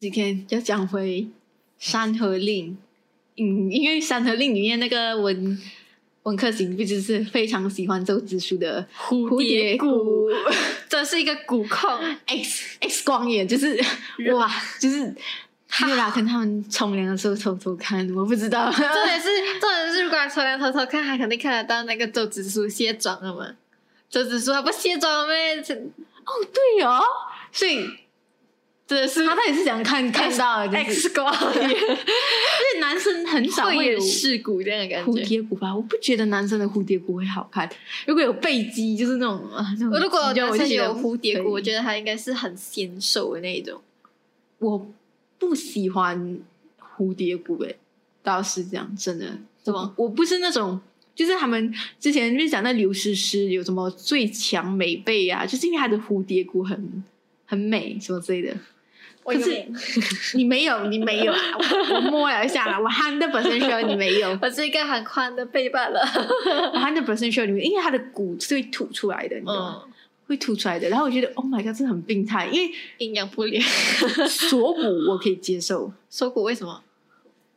今天要讲回《山河令》，嗯，因为《山河令》里面那个文文克行不就是非常喜欢周子舒的蝴蝶谷， 真是一个骨控， X X 光眼，就是热哇，就是月啦，跟他们冲凉的时候偷偷看，我不知道。 重点是重点是，如果他从凉偷偷看，他肯定看得到那个周子舒卸妆了嘛。周子舒啊还不卸妆咩？ 哦，对哦，所以真的是他到底是想看看到的、就是、 X 光 眼而且男生很少慧会有眼识骨这样的感蝴觉。蝶骨吧？我不觉得男生的蝴蝶骨会好看。如果有背肌，就是那种啊，那种我如果肌肉男我就生觉得有蝴蝶可以骨，我觉得他应该是很纤瘦的那一种。我不喜欢蝴蝶骨诶、倒是这样，真的。怎么？我不是那种，就是他们之前就讲那刘诗诗有什么最强美背啊，就是因为她的蝴蝶骨很很美什么之类的。我可是有你没有，你没有啊！ 我我摸了一下啦，我 hundred percent sure 你没有，我是一个很宽的背 罢了。我 hundred percent sure 你没有，因为她的骨是会凸出来的，你懂吗？嗯，会凸出来的。然后我觉得，Oh my god，这很病态，因为营养不良。 锁骨我可以接受，锁骨为什么？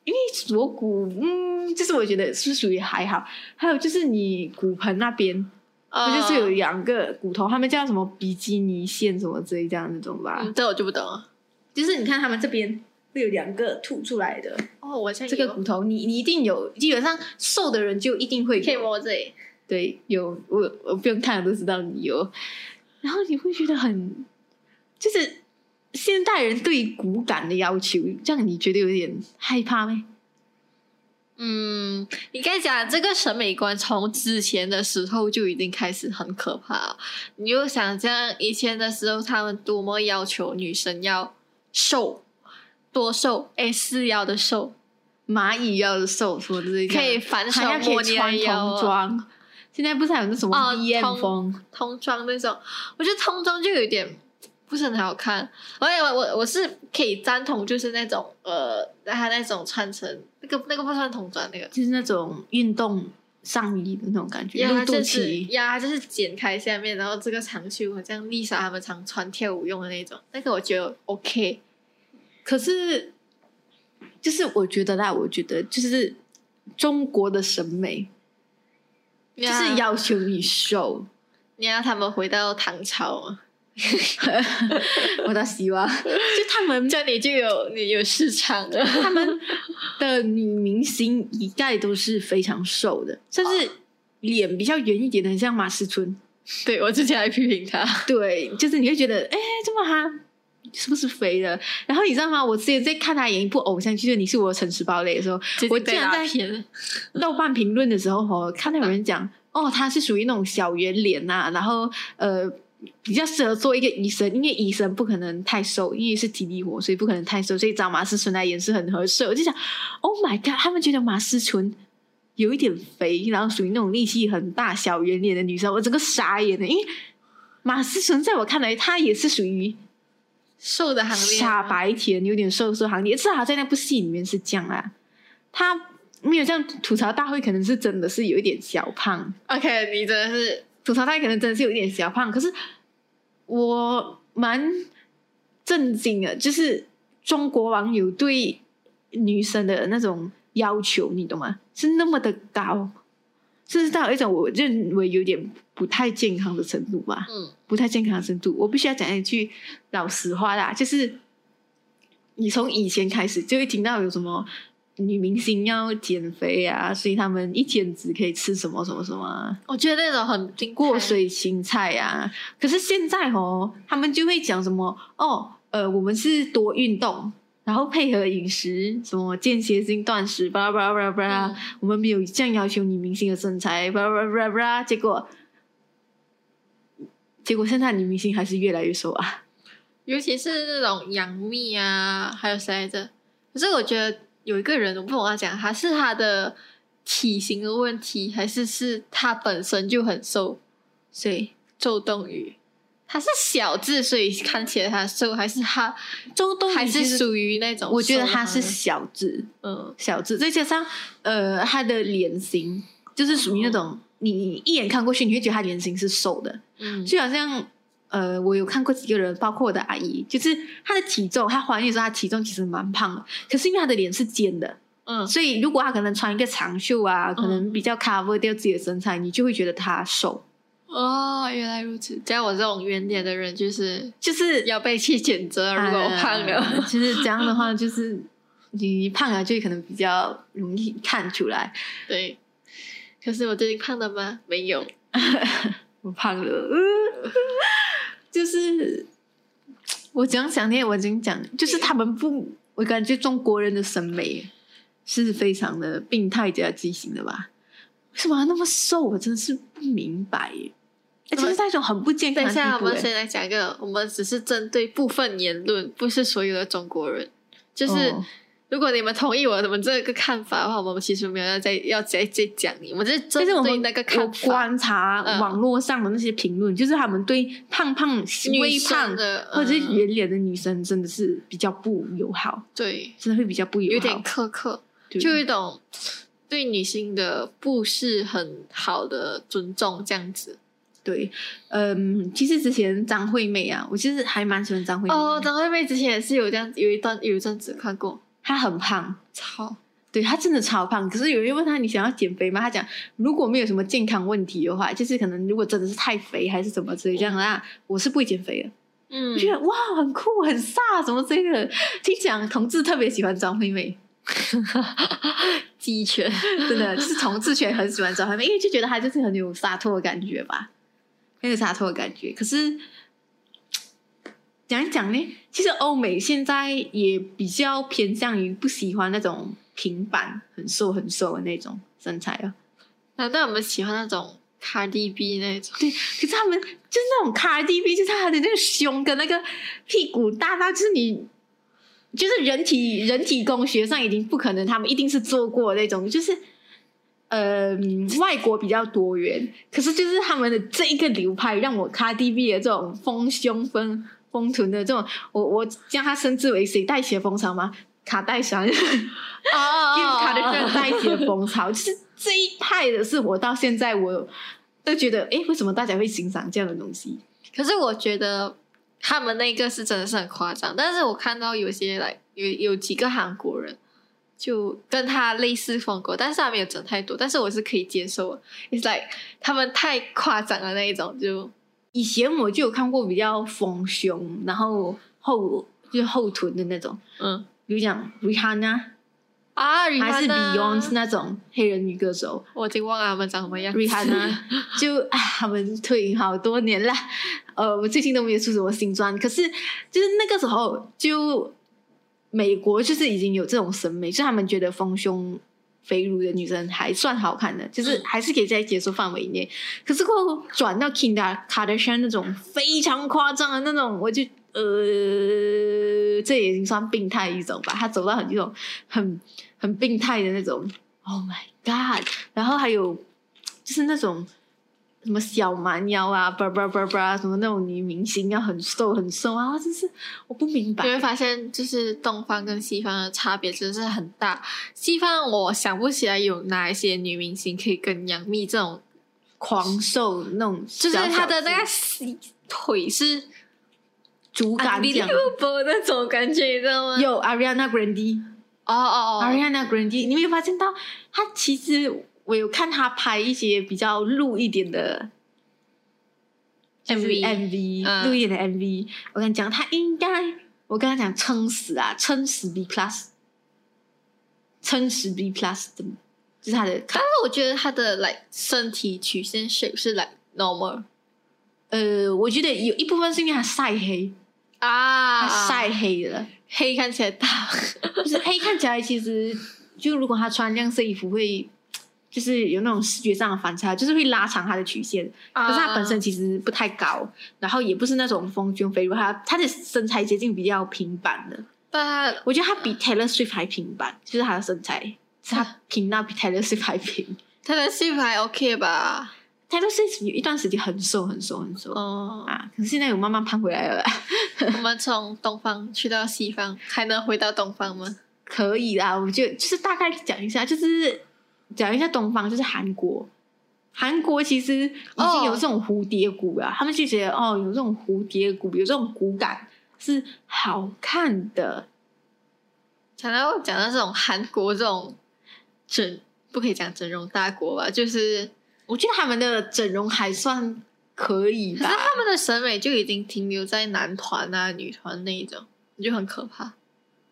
因为锁骨，嗯，就是我觉得是属于还好。还有就是你骨盆那边，不就是呃有两个骨头，他们叫什么比基尼线什么之类这样那种吧？嗯，这我就不懂了。就是你看他们这边会有两个凸出来的哦，我现在这个骨头，你你一定有，基本上瘦的人就一定会可以有。摸这里，对，有我我不用看我都知道你有，然后你会觉得很，就是现代人对于骨感的要求，让你觉得有点害怕呗。嗯，你刚才讲这个审美观，从之前的时候就已经开始很可怕了。你就想象以前的时候，他们多么要求女生要瘦，多瘦，A 四腰的瘦，蚂蚁要瘦说之类这可以样，反手还要可摸以你穿的腰童啊、装。现在不是还有那什么哦 DM 童风？通装那种，我觉得通装就有点不是很好看。而且我我我是可以赞同，就是那种呃，他那种穿成那个那个不算童装那个。就是那种运动上衣的那种感觉，呀，露它肚就是脐。呀，它就是剪开下面，然后这个长袖，好像丽莎他们常穿跳舞用的那种，那个我觉得 OK。可是，就是我觉得啦，我觉得就是中国的审美就就是是要要求你瘦，你要他们回到唐朝啊嘛， 我倒希望就他们这样你就有你有市场了。他们的女明星一概都是非常瘦的，甚至脸比较圆一点的，很像马思纯。对我之前还批评他，对，就是你会觉得，哎，这么哈，是不是肥了？然后你知道吗？我之前在看他演一部偶像剧，就是《你是我的城市堡垒》的时候，我竟然在骗， 豆瓣评论的时候，我看到有人讲，哦，他是属于那种小圆脸呐、然后呃，比较适合做一个医生，因为医生不可能太瘦，因为是体力活，所以不可能太瘦，所以找马思纯来演是很合适。我就想，Oh my god，他们觉得马思纯有一点肥，然后属于那种力气很大、小圆脸的女生，我整个傻眼了，因为马思纯在我看来，她也是属于瘦的行啊列傻白甜，有点瘦瘦行列，至少在那部戏里面是这样啦。他没有像吐槽大会，可能是真的是有一点小胖， OK，你真的是吐槽大会可能真的是有一点小胖。可是我蛮震惊的，就是中国网友对女生的那种要求，你懂吗？是那么的高，甚至到一种我认为有点不太健康的程度吧。嗯，不太健康的深度。我必须要讲一句老实话啦，就是你从以前开始就会听到有什么女明星要减肥啊，所以她们一天只可以吃什么什么什么啊我觉得那种很精彩过，水芹菜啊。可是现在哦，他们就会讲什么哦，呃，我们是多运动。然后配合饮食，什么间歇性断食，巴拉巴拉巴拉巴拉，嗯我们没有这样要求女明星的身材，巴拉巴拉巴拉巴拉，结果，结果现在女明星还是越来越瘦啊。尤其是那种杨幂啊，还有谁来着？可是我觉得有一个人，我不懂他讲，他是他的体型的问题，还是是他本身就很瘦？谁？周冬雨，他是小字，所以看起来他瘦，还是他周冬雨还其实是属于那种瘦的吗？我觉得她是小字嗯，小字，再加上呃她的脸型哦就是属于那种、你一眼看过去，你会觉得她脸型是瘦的，嗯就好像呃，我有看过几个人，包括我的阿姨，就是她的体重，她怀孕的时候她体重其实蛮胖的，可是因为她的脸是尖的，嗯所以如果她可能穿一个长袖啊，可能比较 cover 掉自己的身材，你就会觉得她瘦，哦，原来如此。像我这种圆脸的人，就是就是要被去谴责，如果我胖了。啊就是这样的话，就是你胖了就可能比较容易看出来对，可是我最近胖了吗？没有。我胖 了，呃就是我讲想念，我已经讲，就是他们不，我感觉中国人的审美是非常的病态加畸形的吧？为什么那么瘦？我真的是不明白耶，而且是那种很不健康等一的下，地我步欸们耶。先来讲一个，我们只是针对部分言论，不是所有的中国人。就是、哦如果你们同意我我们这个看法的话，我们其实没有要再要再再讲你，我们是针但是我对们那个我看法。观察嗯网络上的那些评论，就是他们对胖胖、微女生胖的，或者是嗯圆脸的女生真的是比较不友好，对，真的会比较不友好，有点苛刻，对就有一种对女性的不是很好的尊重这样子。对，嗯，其实之前张惠妹啊，我其实还蛮喜欢张惠妹的，哦，张惠妹之前也是有这样有一段有一阵子看过，她很胖，超对她真的超胖。可是有人问她你想要减肥吗？她讲如果没有什么健康问题的话，就是可能如果真的是太肥还是怎么之类这样啊，我是不会减肥的。嗯我觉得哇，很酷，很飒，什么之类的。听讲同志特别喜欢张惠妹， 鸡犬，真的就是同志圈很喜欢张惠妹，因为就觉得她就是很有洒脱的感觉吧，很有洒脱的感觉。可是讲一讲呢，其实欧美现在也比较偏向于不喜欢那种平板、很瘦、很瘦的那种身材啊。难道我们喜欢那种 Cardi B 那种？对，可是他们就是那种 Cardi B，就是他的那个胸跟那个屁股大到，就是你就是人体人体工学上已经不可能，他们一定是做过那种，就是呃外国比较多元，可是就是他们的这一个流派让我 Cardi B 的这种丰胸丰丰臀的这种，我我将它称之为谁带起的风潮吗？卡戴珊。哦 因为他的热带节风潮，就是这一派的是我到现在我都觉得，诶，为什么大家会欣赏这样的东西？可是我觉得他们那个是真的是很夸张，但是我看到有些来有有几个韩国人就跟他类似风格，但是他没有整太多，但是我是可以接受的。It's like 他们太夸张了那一种，就以前我就有看过比较丰胸，然后后就是后臀的那种，嗯比如讲 Rihanna 啊，还是 Rihanna Beyond 那种黑人女歌手我已经忘了他们长什么样子。 Rihanna，就啊，他们退隐好多年了，呃，我最近都没有出什么新专，可是就是那个时候就美国就是已经有这种审美，就是他们觉得丰胸肥乳的女生还算好看的，就是嗯还是可以在接受范围内。可是过后转到 Kim Kar- Kardashian 那种非常夸张的那种，我就呃，这也已经算病态一种吧。他走到很这种很很病态的那种，Oh my God！然后还有就是那种。什么小蛮腰啊，叭叭叭叭，什么那种女明星要很瘦很瘦啊，真是我不明白你。会发现，就是东方跟西方的差别真的是很大。西方我想不起来有哪一些女明星可以跟杨幂这种狂瘦那种就小小是只，他的那个细腿是竹竿这样。 unbelievable 那种感觉，你知道吗？有 Ariana Grande，Ariana 哦哦哦， Grande，你没有发现到她其实我有看她拍一些比较露一点的 MV MV，嗯露一点的 MV。我跟你讲，她应该，我跟她讲撑死啊，撑死 B Plus，撑死 B Plus 的，就是她的卡但。是我觉得他的 like 身体曲线 shape 是 like normal 呃，我觉得有一部分是因为她晒黑，她啊晒黑了。黑看起来大， 就是黑看起来其实就如果他穿亮色衣服会，就是有那种视觉上的反差，就是会拉长他的曲线。可可是他本身其实不太高，然后也不是那种丰胸肥乳，他他的身材接近比较平板的。但他我觉得他比 Taylor Swift 还平板，就是他的身材，是他平到比 Taylor Swift 还平。他的 shape 还 OK 吧？ Taylor Swift 有一段时间很瘦很瘦很瘦、哦，啊，可是现在有慢慢胖回来了， 我们从东方去到西方，还能回到东方吗？可以啦。我就就是大概讲一下，就是讲一下东方，就是韩国。韩国其实已经有这种蝴蝶骨了，他们就觉得哦，有这种蝴蝶骨，有这种骨感是好看的。讲到讲到这种韩国这种整，不可以讲整容大国吧，就是我觉得他们的整容还算可以可是吧，他们的审美就已经停留在男团啊、女团那一种，就很可怕。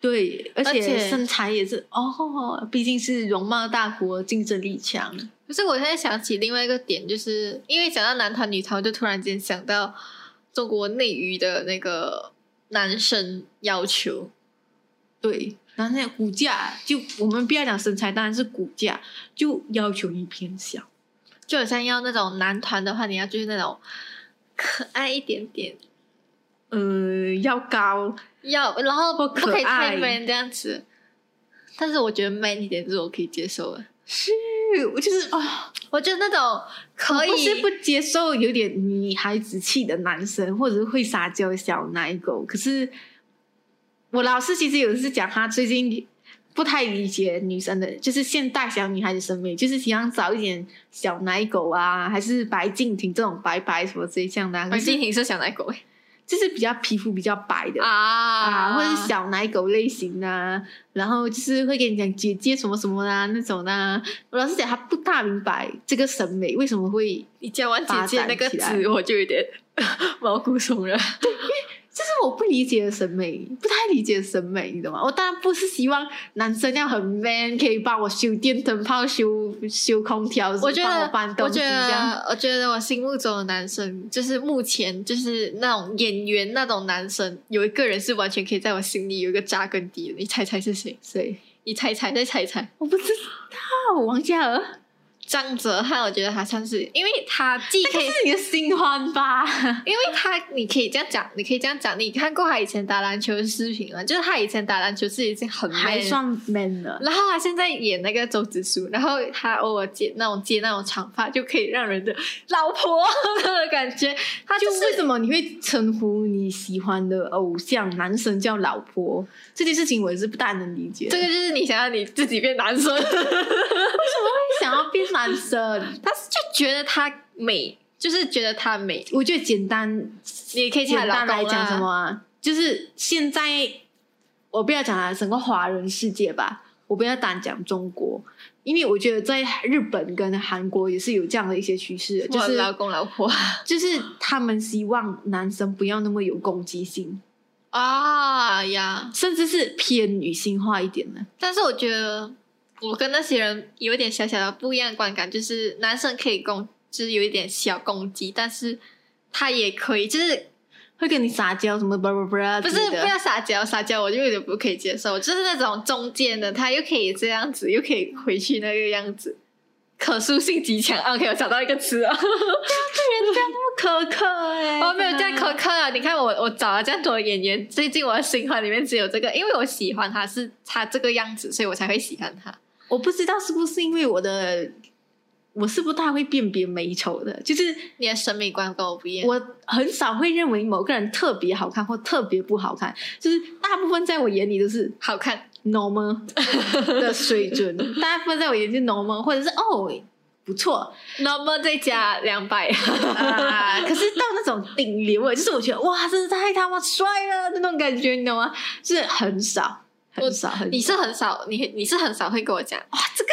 对，而而且且身材也是哦，毕竟是容貌大国，竞争力强。可是我现在想起另外一个点，就是因为讲到男团、女团，我就突然间想到中国内娱的那个男生要求，对，然后那骨架就我们不要讲身材，当然是骨架就要求你偏小。就好像要那种男团的话，你要就是那种可爱一点点，呃，要高，要然后或不可可以太爱 man 这样子。但是我觉得 man 一点是我可以接受的，是我就是啊，我觉得那种可以我是不接受有点女孩子气的男生，或者是会撒娇的小奶狗。可是我老师其实有一次讲，他最近不太理解女生的，就是现代小女孩的审美，就是想找一点小奶狗啊，还是白敬亭这种白白什么之类这样的啊、白可敬是亭是小奶狗欸就是比较皮肤比较白的啊啊，啊或者是小奶狗类型啊，然后就是会跟你讲姐姐什么什么啊那种啊。我老实讲，他不大明白这个审美为什么会，你讲完姐发姐展那个起来词，我就有点 毛骨悚然。这是我不理解的审美，不太理解的审美，你懂吗？我当然不是希望男生要很 man，可以帮我修电灯泡、修修空调，我觉帮我得，搬我东西觉这样。得，我觉得我心目中的男生，就是目前就是那种演员那种男生，有一个人是完全可以在我心里有一个扎根底的。你猜猜是谁？谁？你猜猜，再猜猜。我不知道，王嘉尔，张哲瀚，我觉得他算是，因为他既可以这，是你的新欢 吧？因为他你可以这样讲，你可以这样讲。你看过他以前打篮球的视频吗？就是他以前打篮球是已经很还 man 算 man 了。然后他现在演那个周子舒，然后他偶尔接那种接那种长发，就可以让人的老婆 的感觉。他就就是为什么你会称呼你喜欢的偶像男神叫老婆这件事情，我也是不大能理解。这个就是你想要你自己变男生，想要变男神， 他就觉得他美，就是觉得他美。我觉得简单你也可以叫他简老单公啦来讲什么、？啊，就是现在我不要讲了，整个华人世界吧，我不要单讲中国，因为我觉得在日本跟韩国也是有这样的一些趋势的，就我是老公老婆 就是他们希望男生不要那么有攻击性，啊呀！甚至是偏女性化一点的。但是我觉得我跟那些人有点小小的不一样的观感，就是男生可以攻，就是有一点小攻击，但是他也可以，就是会跟你撒娇什么巴拉巴拉不之是类的，不要撒娇，撒娇我就有点不可以接受，就是那种中间的，他又可以这样子，又可以回去那个样子，可塑性极强。啊 OK，我找到一个词啊，苛刻哎、我没有这样苛刻啊。你看我我找了这样多的演员，最近我的新欢里面只有这个，因为我喜欢他是他这个样子，所以我才会喜欢他。我不知道是不是因为我的，我是不大会辨别美丑的，就是你的审美观跟我不一样，我很少会认为某个人特别好看或特别不好看，就是大部分在我眼里都是好看 normal 的水准，大部分在我眼里是 normal，或者是哦不错， ，normal 再加两百。 啊，可是到那种顶流了，就是我觉得哇，真是太他妈帅了那种感觉，你懂吗？就是很少，我很少，很少你是很少，你你是很少会跟我讲哇，这个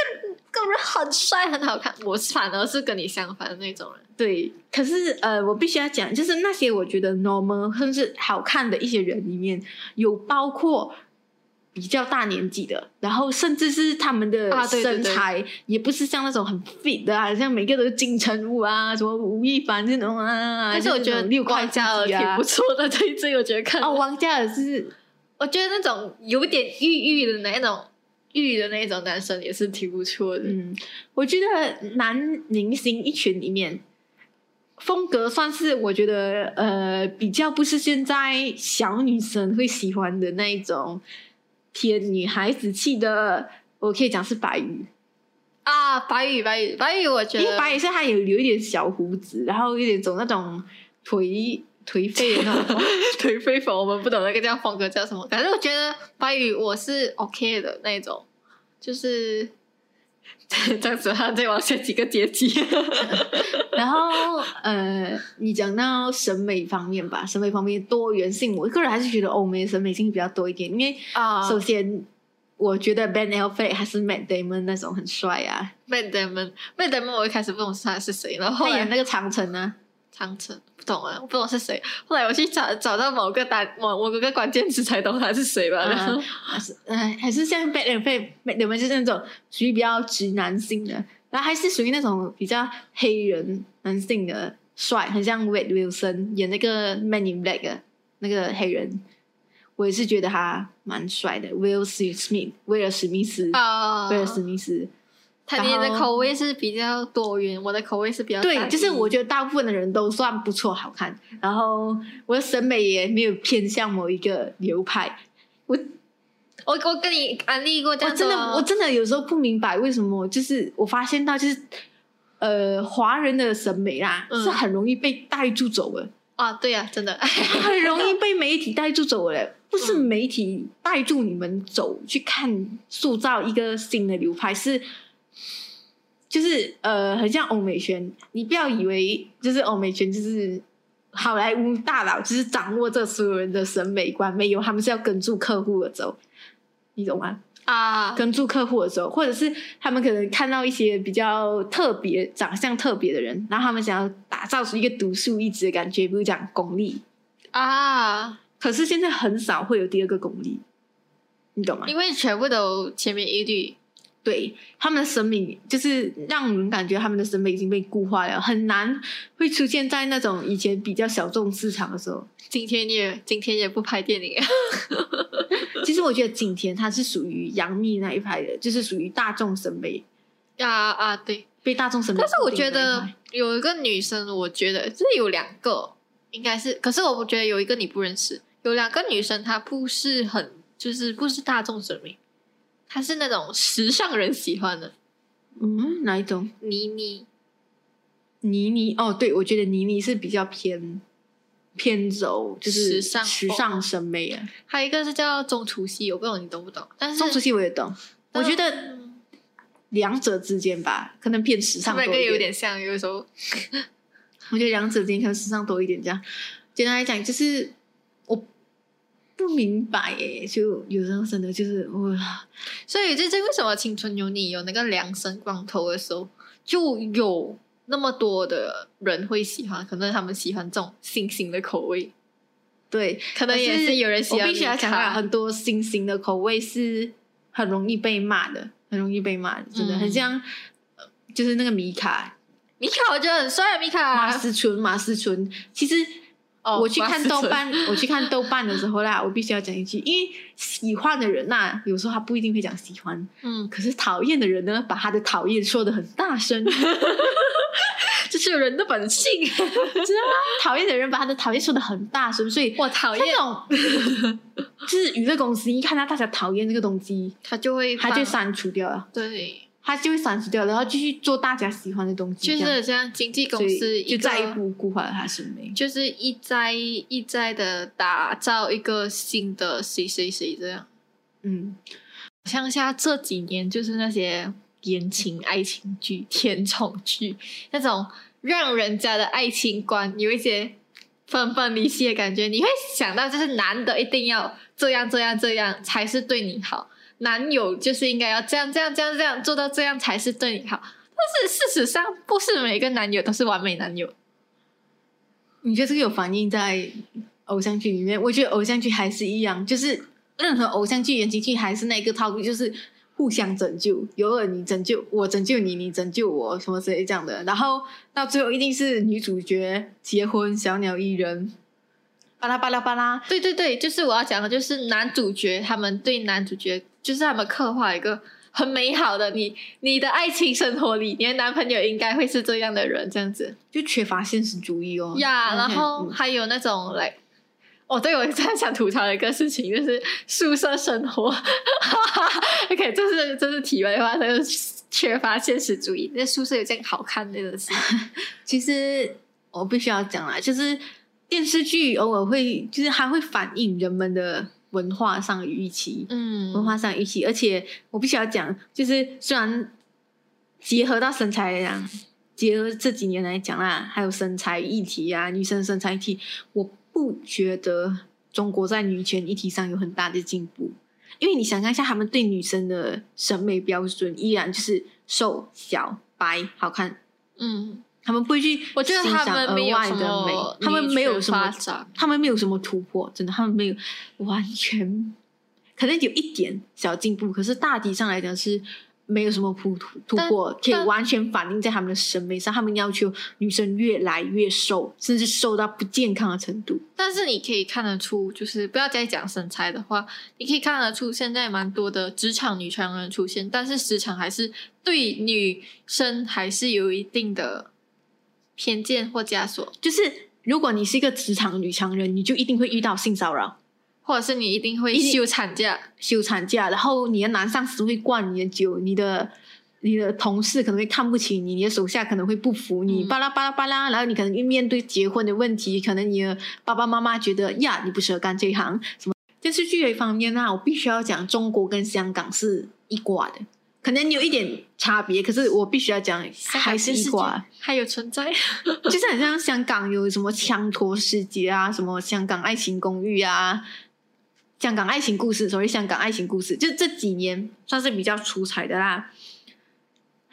这个人很帅，很好看。我是反而是跟你相反的那种人。对，可是呃，我必须要讲，就是那些我觉得 normal 甚至好看的一些人里面，有包括比较大年纪的，然后甚至是他们的啊对对身对材、也不是像那种很 fit 的、啊，像每个都是金城武啊，什么吴亦凡这种啊。但是就我觉那得种六块王嘉尔肌挺啊不，错的，这一次我觉得看哦，王嘉尔是我觉得那种有点抑郁的那种郁的那种男生也是挺不错的。嗯，我觉得男明星一群里面，风格算是我觉得呃比较不是现在小女生会喜欢的那一种偏女孩子气的。我可以讲是白宇，啊，白宇，白宇，白宇，我觉因为得白宇是他有留一点小胡子，然后有点走那种颓颓废的那种风格。 颓废粉，我们不懂那个叫风格叫什么，反正我觉得白宇我是 OK 的那种，就是这样子，啊他再往下几个阶级。然后呃，你讲到审美方面吧，审美方面多元性，我个人还是觉得欧美审美性比较多一点，因为 啊首先。我觉得 Ben Affleck 还是 Matt Damon 那种很帅啊，麦德们，麦德们，我一开始不懂是他是谁，然后他后演来那个长城啊，长城不懂啊，我不懂是谁。后来我去找找到某个单某某个关键词才懂他是谁吧。然后嗯还是嗯、还是像 Bad and Fat Bad and Fat 就是那种属于比较直男性的，然后还是属于那种比较黑人男性的帅，很像 Wade Wilson 演那个 Man in Black 的那个黑人，我也是觉得他蛮帅的，Will Smith 威尔史密斯， 啊，威尔史密斯，他然你的后口味是比较多元，我的口味是比较单对，一就是我觉得大部分的人都算不错，好看。然后我的审美也没有偏向某一个流派，我我跟你安利过这我样子真哦，的我真的有时候不明白为什么，就是我发现到就是，呃，华人的审美啦、嗯是很容易被带住走的，啊，对呀、真的 很容易被媒体带住走的嘞。不是嗯媒体带住你们走去看塑造一个新的流派，是就是呃，很像欧美圈。你不要以为就是欧美圈就是好莱坞大佬，就是掌握这所有人的审美观，没有，他们是要跟住客户的走，你懂吗？啊，跟住客户的时候，或者是他们可能看到一些比较特别、长相特别的人，然后他们想要打造出一个独树一帜的感觉，比如讲巩俐。啊，可是现在很少会有第二个巩俐，你懂吗？因为全部都前面一律对，他们的审美就是让人感觉他们的审美已经被固化了，很难会出现在那种以前比较小众市场的时候。今天也今天也不拍电影， 其实我觉得景甜她是属于杨幂那一派的，就是属于大众审美，啊啊对，被大众审美但嗯固定是的那我一派。觉得有一个女生，我觉得这有两个应该是，可是我觉得有一个你不认识，有两个女生她不是很就是不是大众审美，她是那种时尚人喜欢的嗯，哪一种？倪妮倪妮哦，对，我觉得倪妮是比较偏偏走就是时尚时风尚审美啊。还有一个是叫钟楚曦，我不懂你懂不懂，但是宋楚曦我也懂，我觉得嗯两者之间吧，可能偏时他尚多们一两个有点。点像，有时候我觉得两者之间可能时尚多一点。这样，简单来讲就是我不明白耶，就有时候真的就是我所以这这为什么《青春有你》有那个梁生光头的时候，就有那么多的人会喜欢，可能他们喜欢这种新型的口味，对，可能也是有人喜我欢。必须要讲啊，很多新型的口味是很容易被骂的，很容易被骂的，真的、嗯很像呃就是那个米卡米卡，我觉得很帅啊，米马卡。思纯，马思纯，其实。哦我去看豆，马思纯瓣，我去看豆瓣的时候啦，我必须要讲一句，因为喜欢的人呐、有时候他不一定会讲喜欢，嗯，可是讨厌的人呢，把他的讨厌说的很大 声，知道这是人的本性。吗？讨厌的人把他的讨厌说的很大声，所以我讨厌那种就是娱乐公司一看到大家讨厌这个东西，他就会他就放删除掉了，对，他就会删除掉，然后继续做大家喜欢的东西，就这样是这样，经纪公所以司一就个再一步固化了他审美。就是一再一再的打造一个新的谁谁谁这样。嗯，乡下这几年就是那些言情爱情剧、 甜宠剧，那种让人家的爱情观有一些分崩离析的感觉。你会想到，就是男的一定要这样这样这样才是对你好，男友就是应该要这样这样这样这样做到这样才是对你好。但是事实上，不是每个男友都是完美男友。你觉得这个有反映在偶像剧里面？我觉得偶像剧还是一样，就是任何偶像剧、言情剧还是那个套路，就是互相拯救，有尔你拯救我，拯救你，你拯救我，什么之类这样的。然后到最后一定是女主角结婚，小鸟依人，巴拉巴拉巴拉。对对对，就是我要讲的，就是男主角他们对男主角，就是他们刻画一个很美好的你，你的爱情生活里，你的男朋友应该会是这样的人，这样子就缺乏现实主义哦。呀。然后嗯还有那种来，哦，对我真的想吐槽一个事情，就是宿舍生活。OK，这是这是题外话，这是缺乏现实主义。那宿舍有这样好看的东西，其实我必须要讲啦，就是电视剧偶尔会，就是它会反映人们的文化上的预期。嗯文化上的预期，而且我必须要讲，就是虽然结合到身材来讲，结合这几年来讲啦，还有身材议题啊，女生身材议题，我不觉得中国在女权议题上有很大的进步。因为你想看一下，他们对女生的审美标准依然就是瘦、小、白、好看，嗯，他们不会去我觉得欣他赏们额没有外什的美么，他们没有女权什么发展，他们没有什么突破，真的，他们没有完全，可能有一点小进步，可是大体上来讲是没有什么突突突但破，可以但完全反映在他们的审美上。他们要求女生越来越瘦，甚至瘦到不健康的程度。但是你可以看得出，就是不要再讲身材的话，你可以看得出现在蛮多的职场女强人出现，但是职场还是对女生还是有一定的偏见或枷锁，就是如果你是一个职场女强人，你就一定会遇到性骚扰、或者是你一定会一定休产假，休产假，然后你的男上司会灌你的酒，你的。你的同事可能会看不起你，你的手下可能会不服你，嗯巴拉巴拉巴拉，然后你可能面对结婚的问题，可能你的爸爸妈妈觉得呀，你不适合干这一行，什么电视剧的方面啊，我必须要讲，中国跟香港是一挂的，可能有一点差别，可是我必须要讲，还是一挂。还有存在。 就是很像香港有什么枪托世界啊，什么香港爱情公寓啊，香港爱情故事，sorry，香港爱情故事，就这几年算是比较出彩的啦，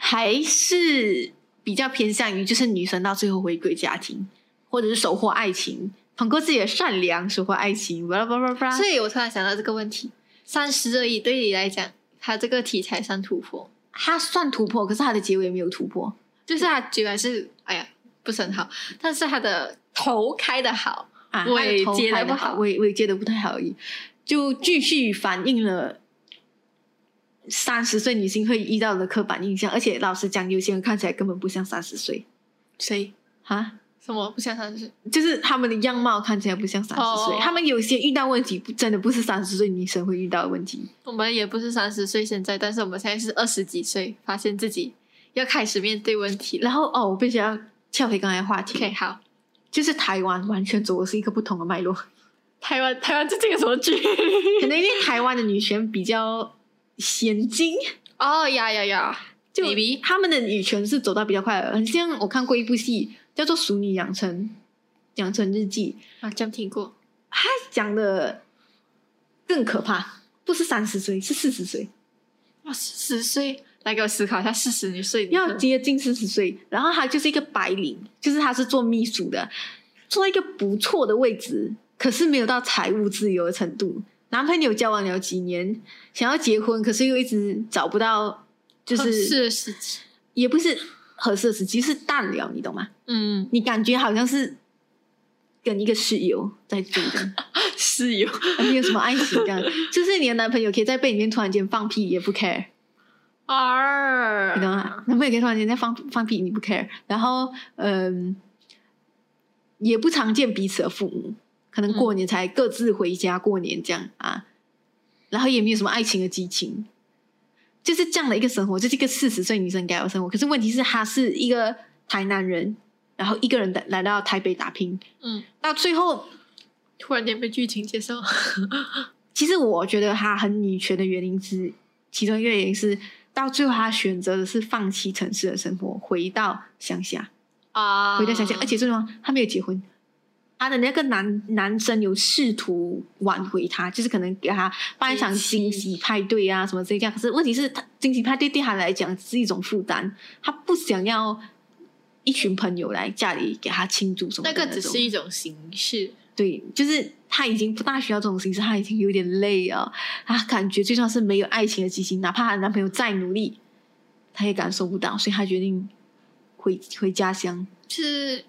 还是比较偏向于就是女生到最后回归家庭，或者是收获爱情，通过自己的善良收获爱情，巴拉巴拉巴拉所。以我突然想到这个问题：三十而已，对你来讲，它这个题材算突破，它算突破，可是它的结尾没有突破。就是它居然是哎呀不是很好，但是它的头开的好。啊，我他的也头接得拍得不好我也我也接的不太好而已，就继续反映了三十岁女性会遇到的刻板印象，而且老实讲，有些人看起来根本不像三十岁谁？啊，什么不像三十岁？就是他们的样貌看起来不像三十岁哦，他们有些遇到问题不真的不是三十岁女生会遇到的问题，我们也不是三十岁现在，但是我们现在是二十几岁，发现自己要开始面对问题了。然后哦，我必须要跳回刚才的话题 OK，好，就是台湾完全走的是一个不同的脉络，台湾台湾最近有什么剧？可能因为台湾的女权比较先进。 哦呀呀呀！就 Maybe 他们的女权是走到比较快的，很像我看过一部戏叫做《熟女养成养成日记啊，这样听过。》，它讲的更可怕，不是三十岁，是四十岁，哇，四十岁，来给我思考一下，四十岁你要是接近四十岁。然后她就是一个白领，就是她是做秘书的，做一个不错的位置，可是没有到财务自由的程度。男朋友交往了几年，想要结婚，可是又一直找不到，就是哦四十几，也不是合适的时机，是淡了，你懂吗？嗯，你感觉好像是跟一个室友在住这样，室友没有什么爱情这样，就是你的男朋友可以在被里面突然间放屁也不 care，二你懂吗？男朋友可以突然间在放放屁你不 care，然后嗯、也不常见彼此的父母，可能过年才各自回家过年这样啊，然后也没有什么爱情的激情。就是这样的一个生活，就是一个四十岁女生该有的生活。可是问题是，她是一个台南人，然后一个人来来到台北打拼，嗯，到最后突然间被剧情介绍，其实我觉得她很女权的原因之其中一个原因是，到最后她选择的是放弃城市的生活，回到乡下，啊回到乡下，而且是什么？她没有结婚。她的那个男男生有试图挽回她，就是可能给她办一场惊惊喜喜派对啊什么这样。可是问题是，她惊喜派对对她来讲是一种负担，她不想要一群朋友来家里给她庆祝什么那的个种只是一种形式，对，就是他已经不大需要这种形式，他已经有点累了，他感觉就算是没有爱情的激情，哪怕她男朋友再努力，她也感受不到，所以她决定回回家乡，是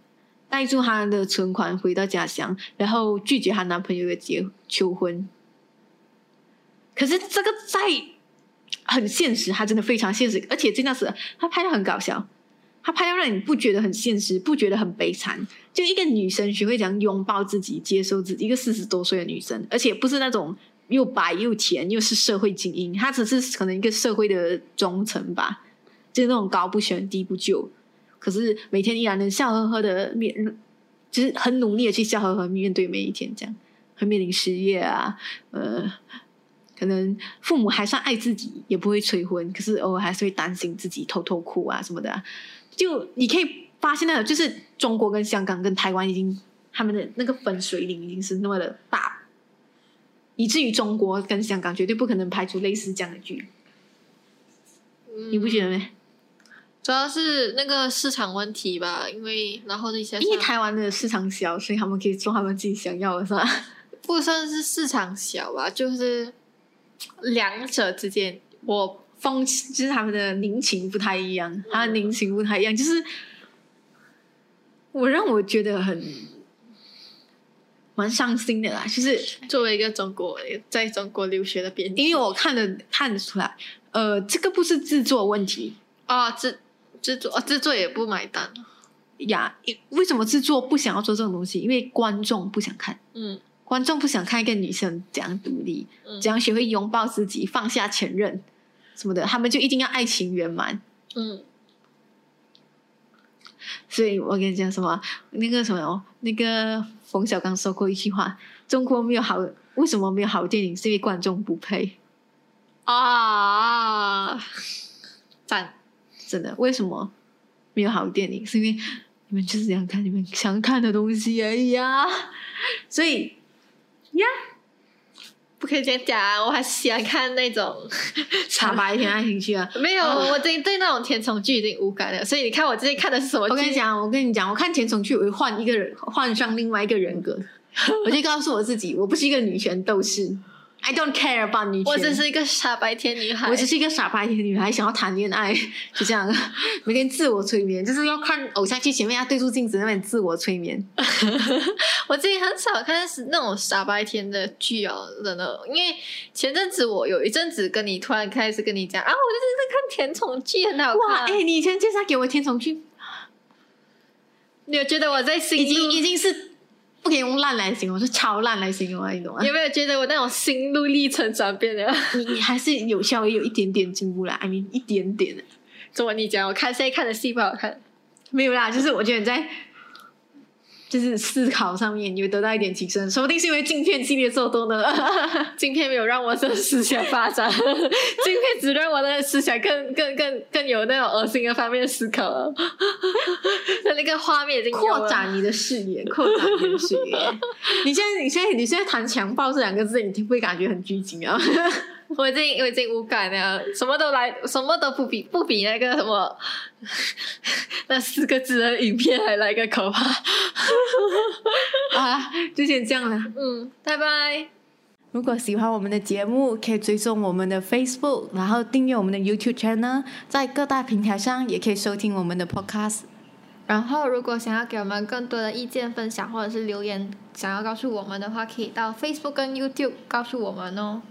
带住她的存款回到家乡，然后拒绝她男朋友的结求婚。可是这个在很现实，她真的非常现实，而且真的是她拍的很搞笑，她拍到让你不觉得很现实，不觉得很悲惨。就一个女生学会怎样拥抱自己、接受自己，一个四十多岁的女生，而且不是那种又白又甜又是社会精英，她只是可能一个社会的中层吧，就是那种高不悬低不就，可是每天依然能笑呵呵的面，就是很努力的去笑呵呵面对每一天，这样，会面临失业啊，呃，可能父母还算爱自己，也不会催婚，可是偶尔还是会担心自己偷偷哭啊什么的啊、就你可以发现到，就是中国跟香港跟台湾已经他们的那个分水岭已经是那么的大，以至于中国跟香港绝对不可能拍出类似这样的剧，你不觉得？得吗？嗯主要是那个市场问题吧，因为然后那些因为台湾的市场小，所以他们可以做他们自己想要的，是吧？不算是市场小吧，就是两者之间，我风气就是他们的民情不太一样，他的民情不太一样，就是我让我觉得很蛮伤心的啦，就是作为一个中国在中国留学的编辑，因为我看得看得出来，呃，这个不是制作问题啊制制作啊制作也不买单，呀，为什么制作不想要做这种东西？因为观众不想看，嗯观众不想看一个女生怎样独立，嗯怎样学会拥抱自己、放下前任什么的，他们就一定要爱情圆满。嗯所以我跟你讲什么，那个什么，那个冯小刚说过一句话：中国没有好，为什么没有好电影？是因为观众不配。啊赞，真的，为什么没有好电影？是因为你们就是想看你们想看的东西而已 啊。所以不可以这样讲，我还是喜欢看那种哦傻白甜爱情剧啊。 没有，啊我已经对那种甜宠剧已经无感了。所以你看我之前看的是什么我跟你剧？讲，我跟你讲，我看甜宠剧，我会换一个人，换上另外一个人格。我就告诉我自己，我不是一个女权斗士，I don't care about 女权。我只是一个傻白甜女 孩。我只是一个傻白甜女孩，想要谈恋爱， 就这样，每天自我催眠，就是要看偶像剧前面要对住镜子那边自我催眠。 我最近很少看是那种傻白甜的剧哦，真的，因为前阵子我有一阵子跟你突然开始跟你讲啊，我就是在看甜宠剧，很好 哇，看。 哎、你以前介绍给我甜宠剧，你有觉得我在已心经路？已经是不可以用烂来形容，是超烂来形容啊，你 懂吗？有没有觉得我那种心路历程转变了？ 你你还是有稍微有一点点进步啦，I mean 一点点啊，怎么你讲？我看现在看的戏不好看， 没有啦，就是我觉得你在。就是思考上面有得到一点提升，说不定是因为镜片系列做多呢。镜片没有让我的思想发展， 镜片只让我的思想更更更更有那种恶心的方面思考了。 那那个画面已经有了扩，展你的视野，扩展你的视野。你现在，你现在，你现在谈“强暴”这两个字，你听不会感觉很拘谨啊？我已经我已经无感了，什么都来，什么都不比不比那个什么 那四个字的影片还来个可怕。好啦，啊就先这样了。嗯，拜拜。如果喜欢我们的节目，可以追踪我们的 Facebook，然后订阅我们的 YouTube channel，在各大平台上也可以收听我们的 Podcast。然后，如果想要给我们更多的意见分享，或者是留言想要告诉我们的话，可以到 Facebook 跟 YouTube 告诉我们哦。